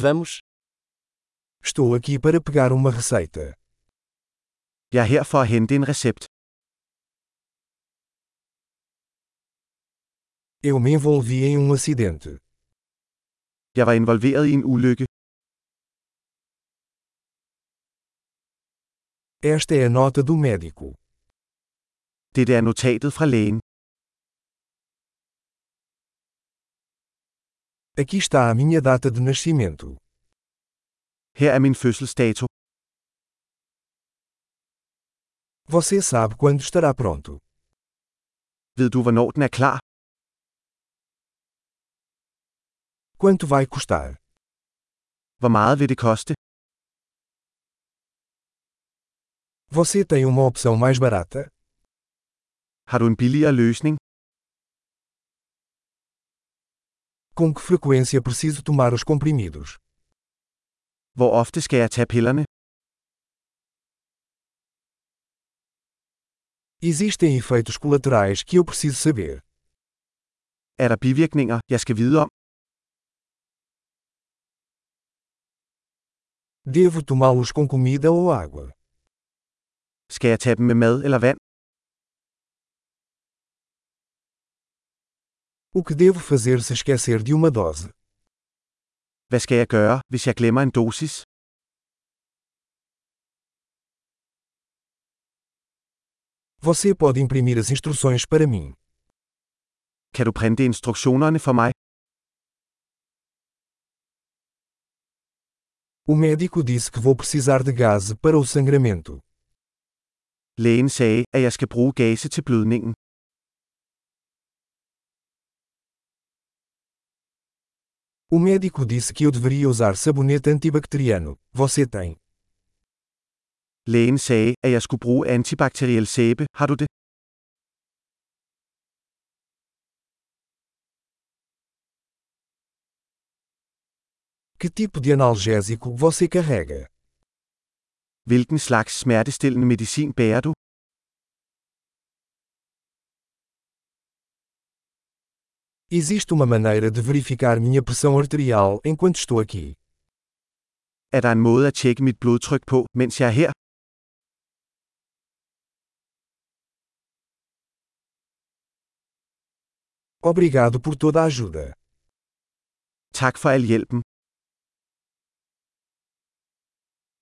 Vamos. Estou aqui para pegar uma receita. Jeg er her for at hente en recept. Eu me envolvi em um acidente. Jeg var involveret i en ulykke. Esta é a nota do médico. Dette er notatet fra lægen. Aqui está a minha data de nascimento. Her er min fødselsdato. Você sabe quando estará pronto. Ved du, hvornår den er klar? Quanto vai custar? Hvor meget vil det koste? Você tem uma opção mais barata? Har du en billigere løsning? Com que frequência preciso tomar os comprimidos? Hvor ofte skal jeg tage pillerne? Existem efeitos colaterais que eu preciso saber. Er der bivirkninger, jeg skal vide om? Devo tomá-los com comida ou água? Skal jeg tage dem med mad eller vand? O que devo fazer se esquecer de uma dose? Hvad skal jeg gøre, hvis jeg glemmer en dosis? Você pode imprimir as instruções para mim. Kan du printe instruktionerne for mig? O médico disse que vou precisar de gás para o sangramento. Lægen sagde, at jeg skal bruge gase til blødningen. O médico disse que eu deveria usar sabonete antibacteriano. Você tem? Lægen sagde, at jeg skulle bruge antibakteriel sæbe. Har du det? Que tipo de analgésico você carrega? Hvilken slags smertestillende medicin bærer du? Existe uma maneira de verificar minha pressão arterial enquanto estou aqui. Er der en måde at tjekke mit blodtryk på, mens jeg er her? Obrigado por toda a ajuda. Tak for al hjælpen.